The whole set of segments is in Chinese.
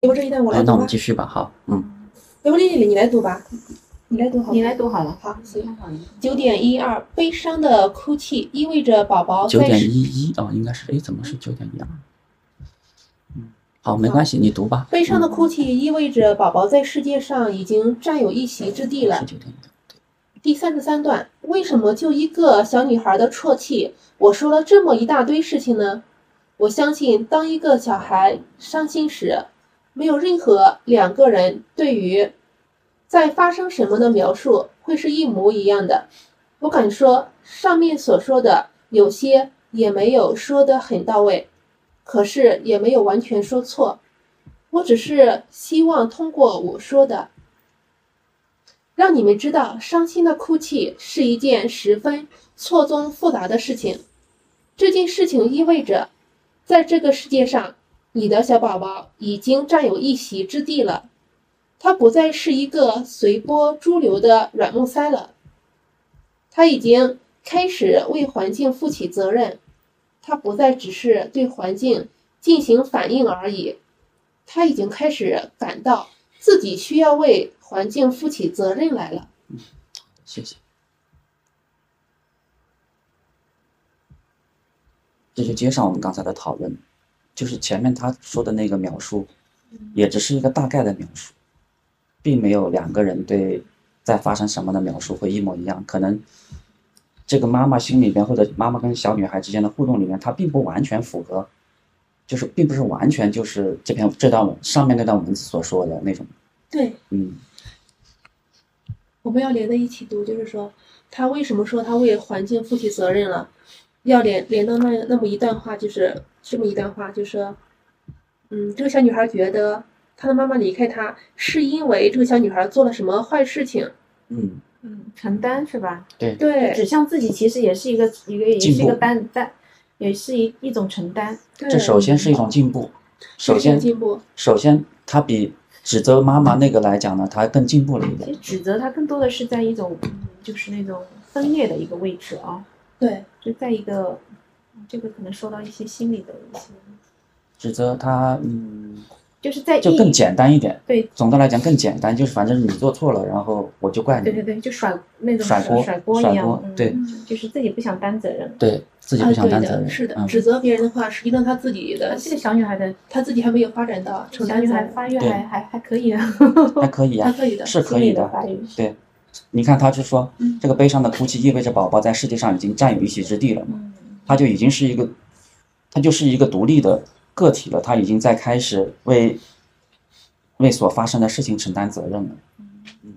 要不这一段我来哎，读吧。那我们继续吧。好，嗯，要不丽丽你来读吧，你来读好吗。哦你来读好了。好，行。好了九点一二，悲伤的哭泣意味着宝宝九在点一一哦，应该是哎，怎么是九点一二？嗯，好，没关系，你读吧。悲伤的嗯哭泣意味着宝宝在世界上已经占有一席之地了是。九点一第三十三段，为什么就一个小女孩的啜泣，我说了这么一大堆事情呢？我相信，当一个小孩伤心时，没有任何两个人对于在发生什么的描述会是一模一样的。我敢说，上面所说的有些也没有说得很到位，可是也没有完全说错。我只是希望通过我说的，让你们知道，伤心的哭泣是一件十分错综复杂的事情。这件事情意味着，在这个世界上，你的小宝宝已经占有一席之地了。他不再是一个随波逐流的软木塞了，他已经开始为环境负起责任。他不再只是对环境进行反应而已，他已经开始感到自己需要为环境负起责任来了。谢谢。这就接上我们刚才的讨论，就是前面他说的那个描述，也只是一个大概的描述，并没有两个人对在发生什么的描述会一模一样。可能这个妈妈心里边或者妈妈跟小女孩之间的互动里面，它并不完全符合，就是并不是完全就是这篇这段文上面那段文字所说的那种，对，嗯。我们要连在一起读，就是说他为什么说他为环境负起责任了，要连连到那那么一段话，就是这么一段话，就是，嗯，这个小女孩觉得她的妈妈离开她是因为这个小女孩做了什么坏事情，嗯，嗯，承担是吧？指 对，向自己其实也是一个一个也是进步一个担担，也是一一种承担。这首先是一种进步。首这是一先种，进步，首先，他比指责妈妈那个来讲呢，他更进步了一其点。实指责他更多的是在一种嗯就是那种分裂的一个位置啊，对，就在一个嗯这个可能说到一些心理的一些，指责他，嗯，就是在就一更简单一点。对总的来讲更简单，就是反正你做错了，然后我就怪对对你，对，就甩那种甩锅甩锅甩一样锅，对嗯，就是自己不想担责任。对自己不啊想对担责任。的，是的，嗯指责别人的话，实际上她自己的但这个小女孩的她自己还没有发展到承小担女责孩任，发育对还还还可以啊，还可以她啊，可以的，是可心理以的的。发育。对，你看他就说嗯，这个悲伤的哭泣意味着宝宝在世界上已经占有一席之地了嘛。嗯，他就已经是一个，他就是一个独立的个体了，他已经在开始为为所发生的事情承担责任了。嗯，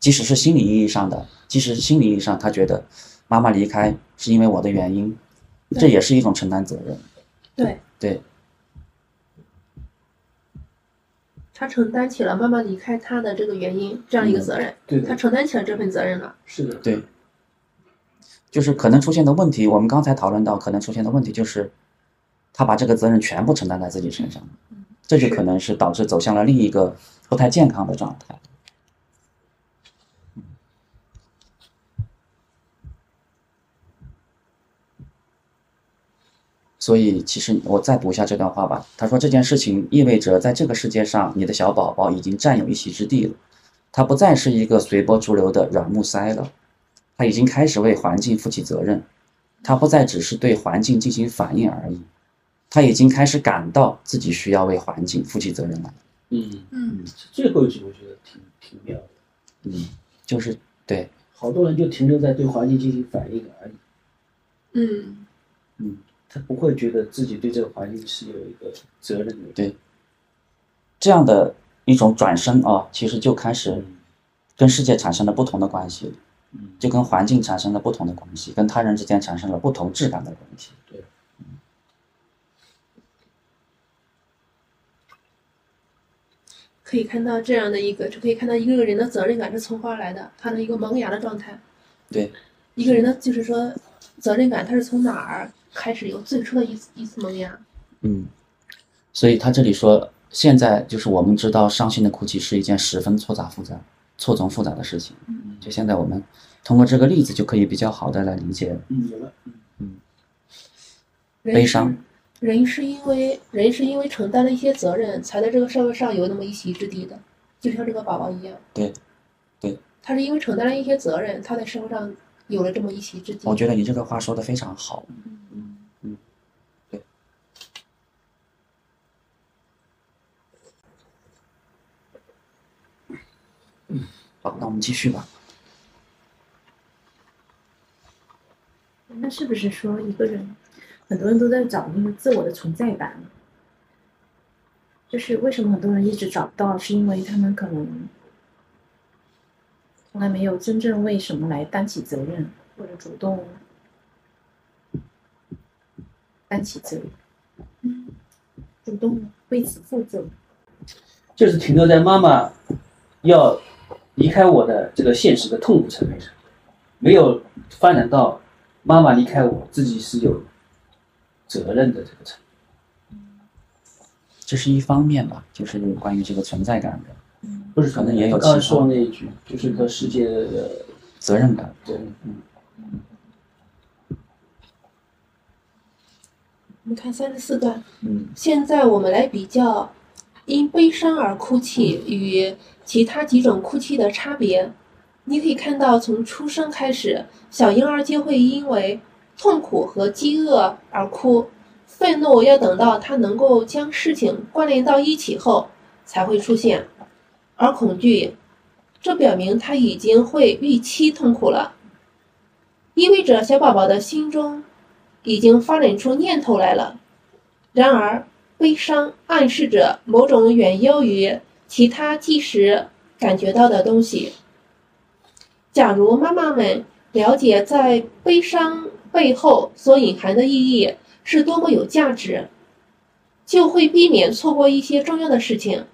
即使是心理意义上的，即使是心理意义上，他觉得妈妈离开是因为我的原因，这对也是一种承担责任。对对，她承担起了妈妈离开她的这个原因这样一个责任，对她的，承担起了这份责任了。是的，对，就是可能出现的问题，我们刚才讨论到可能出现的问题就是，他把这个责任全部承担在自己身上，这就是可能是导致走向了另一个不太健康的状态。所以，其实我再读一下这段话吧。他说：“这件事情意味着，在这个世界上，你的小宝宝已经占有一席之地了。他不再是一个随波逐流的软木塞了，他已经开始为环境负起责任。他不再只是对环境进行反应而已，他已经开始感到自己需要为环境负起责任了。嗯，嗯，最后一句我觉得挺挺妙的，嗯，就是对，好多人就停留在对环境进行反应而已，嗯，嗯，他不会觉得自己对这个环境是有一个责任的，对这样的一种转身啊，其实就开始嗯跟世界产生了不同的关系，嗯，就跟环境产生了不同的关系，跟他人之间产生了不同质感的关系。对，可以看到这样的一个，就可以看到一个人的责任感是从何而来的，他的一个萌芽的状态。对，一个人的就是说，责任感他是从哪儿开始有最初的一次一次萌芽？嗯，所以他这里说，现在就是我们知道伤心的哭泣是一件十分错杂复杂、错综复杂的事情。嗯就现在我们通过这个例子就可以比较好的来理解嗯，有了，嗯人悲是伤，人是因为人是因为承担了一些责任，才在这个社会上有那么一席之地的，就像这个宝宝一样。对，对，他是因为承担了一些责任，他在社会上有了这么一席之地。我觉得你这个话说的非常好，好，那我们继续吧。那是不是说一个人，很多人都在找那个自我的存在感？就是为什么很多人一直找不到，是因为他们可能从来没有真正为什么来担起责任，或者主动担起责任，主动为此负责。就是停留在妈妈要离开我的这个现实的痛苦层面上，没有发展到妈妈离开我自己是有责任的这个层面。这是一方面吧，就是关于这个存在感的不是可能也有刚才其他说那一句，就是和世界的责任感。对，嗯，我们看三十四段，嗯，现在我们来比较因悲伤而哭泣与其他几种哭泣的差别。你可以看到，从出生开始，小婴儿就会因为痛苦和饥饿而哭，愤怒要等到他能够将事情关联到一起后才会出现，而恐惧，这表明他已经会预期痛苦了，意味着小宝宝的心中已经发展出念头来了。然而，悲伤暗示着某种远优于其他即时感觉到的东西。假如妈妈们了解在悲伤背后所隐含的意义是多么有价值，就会避免错过一些重要的事情。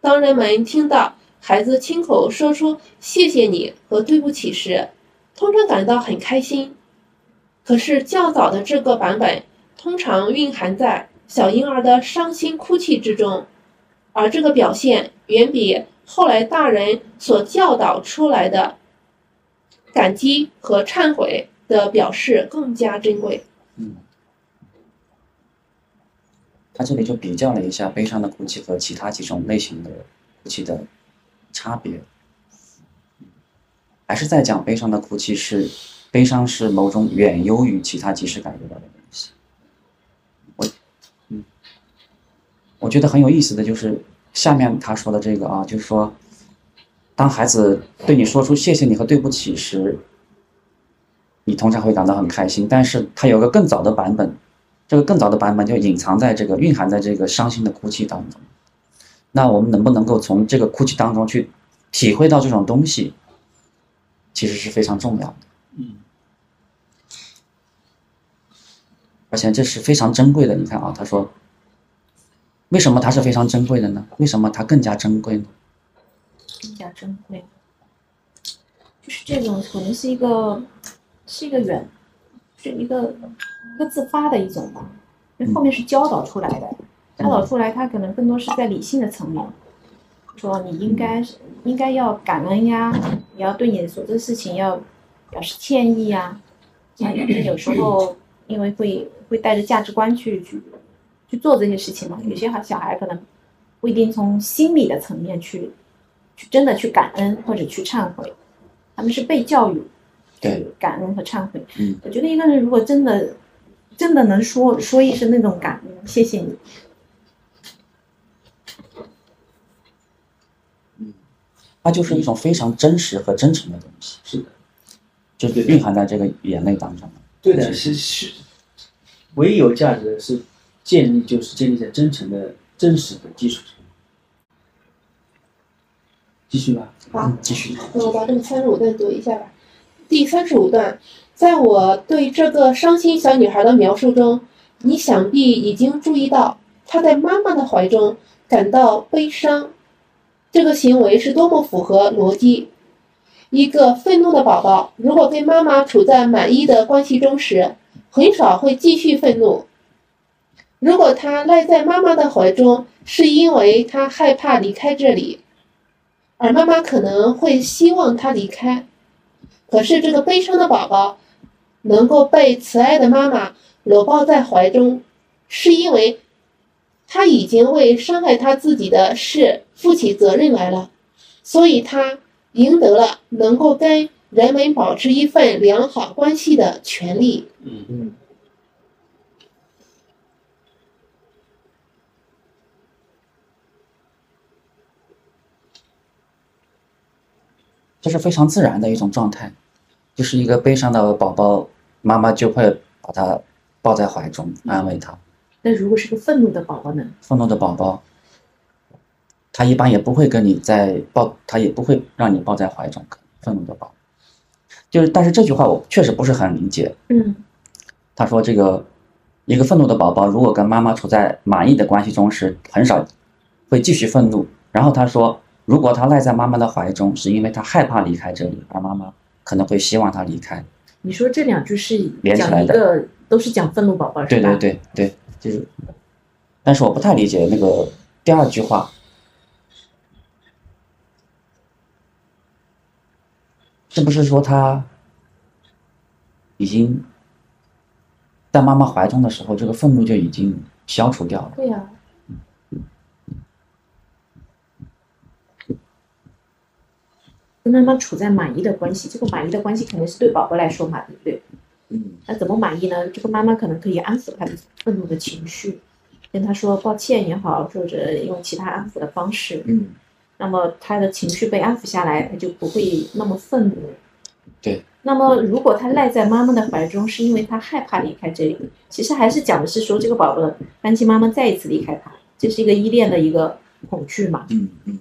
当人们听到孩子亲口说出“谢谢你”和“对不起”时，通常感到很开心。可是较早的这个版本通常蕴含在小婴儿的伤心哭泣之中，而这个表现远比后来大人所教导出来的感激和忏悔的表示更加珍贵。他这里就比较了一下悲伤的哭泣和其他几种类型的哭泣的差别，还是在讲悲伤的哭泣是悲伤是某种远优于其他即时感觉到的东西。我，嗯，我觉得很有意思的就是下面他说的这个啊，就是说，当孩子对你说出谢谢你和对不起时，你通常会感到很开心，但是他有个更早的版本，这个更早的版本就隐藏在这个蕴含在这个伤心的哭泣当中。那我们能不能够从这个哭泣当中去体会到这种东西，其实是非常重要的。嗯，而且这是非常珍贵的。你看啊，他说，为什么它是非常珍贵的呢？为什么它更加珍贵呢？更加珍贵。就是这种可能是一个是一个远，是一个一个自发的一种吧，因为后面是教导出来的，教导出来它可能更多是在理性的层面，说你应该是应该要感恩呀，你要对你所做的事情要表示歉意呀，像有时候因为会会带着价值观去去去做这些事情嘛，有些孩小孩可能不一定从心理的层面去去真的去感恩或者去忏悔，他们是被教育对去感恩和忏悔。嗯，我觉得一个人如果真的真的能说说一声那种感恩，谢谢你，它就是一种非常真实和真诚的东西，是的，就是蕴含在这个眼泪当中。对的，是是，唯一有价值的是建立，就是建立在真诚的、真实的基础上。继续吧，好，继续，嗯那我把这个三十五段读一下吧。第三十五段，在我对这个伤心小女孩的描述中，你想必已经注意到，她在妈妈的怀中感到悲伤，这个行为是多么符合逻辑。一个愤怒的宝宝，如果跟妈妈处在满意的关系中时，很少会继续愤怒。如果他赖在妈妈的怀中，是因为他害怕离开这里，而呃妈妈可能会希望他离开。可是这个悲伤的宝宝能够被慈爱的妈妈搂抱在怀中，是因为他已经为伤害他自己的事负起责任来了，所以他赢得了能够跟人们保持一份良好关系的权利。嗯嗯，这是非常自然的一种状态，就是一个悲伤的宝宝，妈妈就会把他抱在怀中安慰他。那如果是个愤怒的宝宝呢？愤怒的宝宝，他一般也不会跟你在抱，他也不会让你抱在怀中。愤怒的宝宝，就是，但是这句话我确实不是很理解。嗯他说这个一个愤怒的宝宝，如果跟妈妈处在满意的关系中时，很少会继续愤怒。然后他说，如果他赖在妈妈的怀中，是因为他害怕离开这里，而妈妈可能会希望他离开。你说这两句是连起讲来一的个，都是讲愤怒宝宝是对吧？对对对，就是，但是我不太理解那个第二句话。是不是说他已经在妈妈怀中的时候，这个愤怒就已经消除掉了？对呀、跟妈妈处在满意的关系，这个满意的关系肯定是对宝宝来说嘛，对不对？嗯那怎么满意呢？这个妈妈可能可以安抚他的愤怒的情绪，跟他说抱歉也好，或者用其他安抚的方式，嗯，那么他的情绪被安抚下来，他就不会那么愤怒。对。那么，如果他赖在妈妈的怀中，是因为他害怕离开这里，其实还是讲的是说这个宝宝担心妈妈再一次离开他，这是一个依恋的一个恐惧嘛。嗯嗯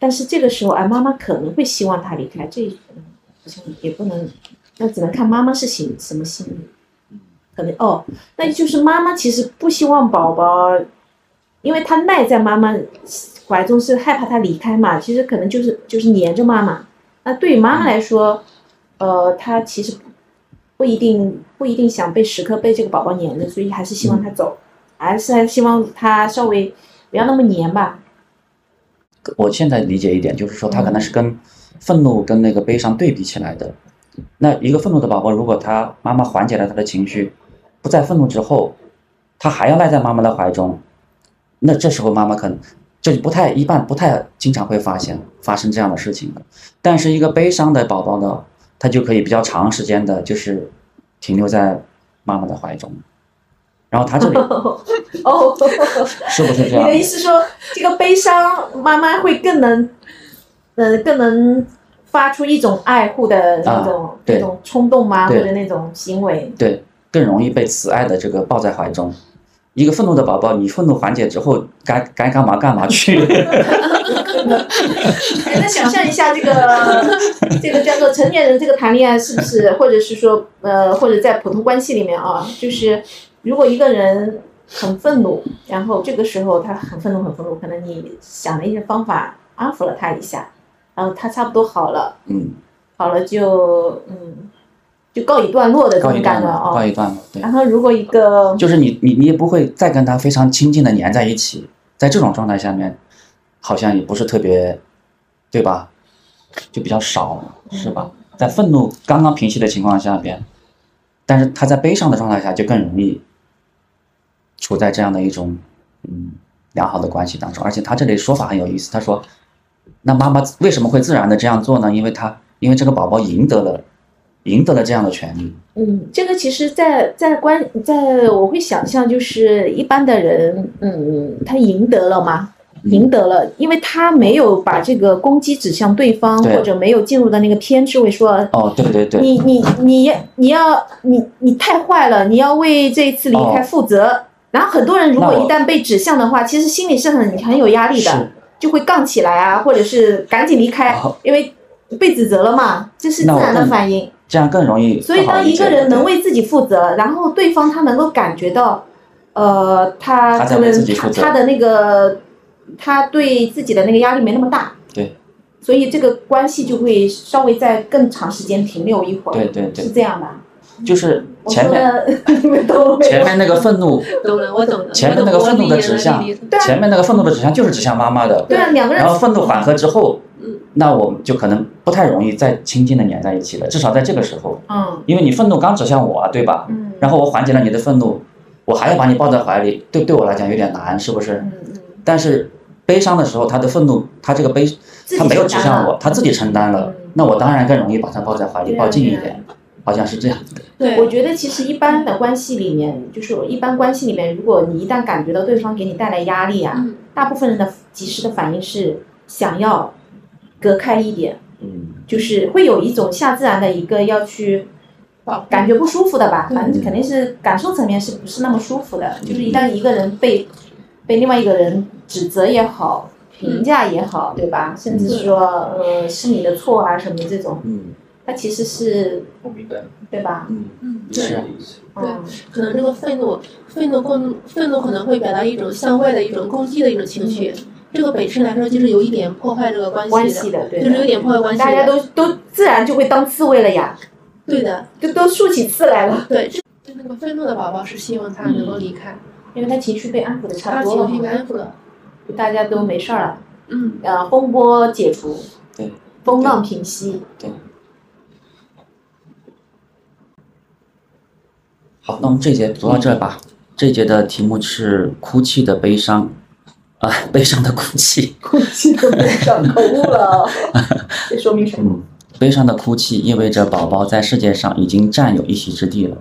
但是这个时候啊，妈妈可能会希望他离开，这嗯好像也不能，那只能看妈妈是心什么心理。可能哦，那就是妈妈其实不希望宝宝，因为他赖在妈妈怀中是害怕他离开嘛，其实可能就是就是黏着妈妈。那对于妈妈来说，呃，她其实不一定不一定想被时刻被这个宝宝黏着，所以还是希望他走，还是还希望他稍微不要那么黏吧。 我现在理解一点，就是说他可能是跟愤怒跟那个悲伤对比起来的。那一个愤怒的宝宝，如果他妈妈缓解了他的情绪，不再愤怒之后，他还要赖在妈妈的怀中，那这时候妈妈可能这就不太一般，不太经常会发现发生这样的事情的。但是一个悲伤的宝宝呢，他就可以比较长时间的，就是停留在妈妈的怀中。然后他这里哦， 是不是你这样的？意思说，这个悲伤妈妈会更能，呃，更能发出一种爱护的那种、啊对那种冲动吗？或对者那种行为？对，更容易被慈爱的这个抱在怀中。一个愤怒的宝宝，你愤怒缓解之后，该该干嘛干嘛去。哎那想象一下，这个 这个叫做成年人这个谈恋爱是不是，或者是说，呃，或者在普通关系里面啊，就是如果一个人很愤怒，然后这个时候他很愤怒很愤怒，可能你想了一些方法安抚了他一下，然后他差不多好了。嗯，好了就嗯，就告一段落的这告一种感段觉落，告哦。一段落。对然，后如果一个就是你你你也不会再跟他非常亲近的粘在一起，在这种状态下面，好像也不是特别，对吧？就比较少，是吧？在愤怒刚刚平息的情况下边，但是他在悲伤的状态下就更容易处在这样的一种嗯良好的关系当中。而且他这里说法很有意思，他说，那妈妈为什么会自然的这样做呢？因为他因为这个宝宝赢得了赢得了这样的权利，嗯，这个其实在，在关在我会想象，就是一般的人，嗯，他赢得了吗？嗯赢得了，因为他没有把这个攻击指向对方，对或者没有进入到那个偏执位，说哦，对对对，你你你你要你你太坏了，你要为这一次离开哦负责。然后很多人如果那我一旦被指向的话，其实心里是很很有压力的。是。哦就会杠起来啊，或者是赶紧离开好，因为被指责了嘛，这是自那我嗯然的更反应。这样更容易。所以更好当理一解个人能对为自己负责，然后对方他能够感觉到，呃，他他在可为能自己他负责他的那个他对自己的那个压力没那么大，对所以这个关系就会稍微在更长时间停留一会儿。对对是对，这样吧？就是我前说面的你们懂了没有 前面那个愤怒，懂了，我懂了。前面那个愤怒的指向，对啊前面那个愤怒的指向就是指向妈妈的，对啊，两个人然后愤怒缓和之后嗯，那我们就可能不太容易再亲近的粘在一起了，至少在这个时候，嗯因为你愤怒刚指向我，对吧？嗯，然后我缓解了你的愤怒，我还要把你抱在怀里，对对我来讲有点难，是不是？嗯嗯，但是悲伤的时候，他的愤怒，他这个悲，自己他没有指承担向了我，他自己承担了嗯，那我当然更容易把他抱在怀里，对啊抱近一对啊点，好像是这样的。我对，觉得其实一般的关系里面，就是一般关系里面，如果你一旦感觉到对方给你带来压力啊，嗯大部分人的及时的反应是想要隔开一点，嗯，就是会有一种下自然的一个要去保护感觉不舒服的吧，嗯反正肯定是感受层面是不是那么舒服的，就是一旦一个人被被另外一个人指责也好，嗯评价也好，对吧？甚至说呃是你的错啊什么这种，嗯它其实是我明白，对吧？嗯，嗯，明是白啊你的意思。对嗯。可能这个愤怒，愤怒共愤怒可能会表达一种向外的一种攻击的一种情绪，这个本身来说就是有一点破坏这个关系的，嗯关系的，对就是有的，点破坏关系的。大家都都自然就会当刺猬了呀，对的，就都竖起刺来了，对，这对那个愤怒的宝宝是希望他能够离开，因为他情绪被安抚的嗯差他不多了情绪被嘛，安抚了。大家都没事儿了，嗯，呃，风波解除，对，风浪平 息，对。好，那我们这节读到这儿吧。这节的题目是哭泣的悲伤，啊、悲伤的哭泣。哭泣都不上口误了，这说明什么？嗯，悲伤的哭泣意味着宝宝在世界上已经占有一席之地了。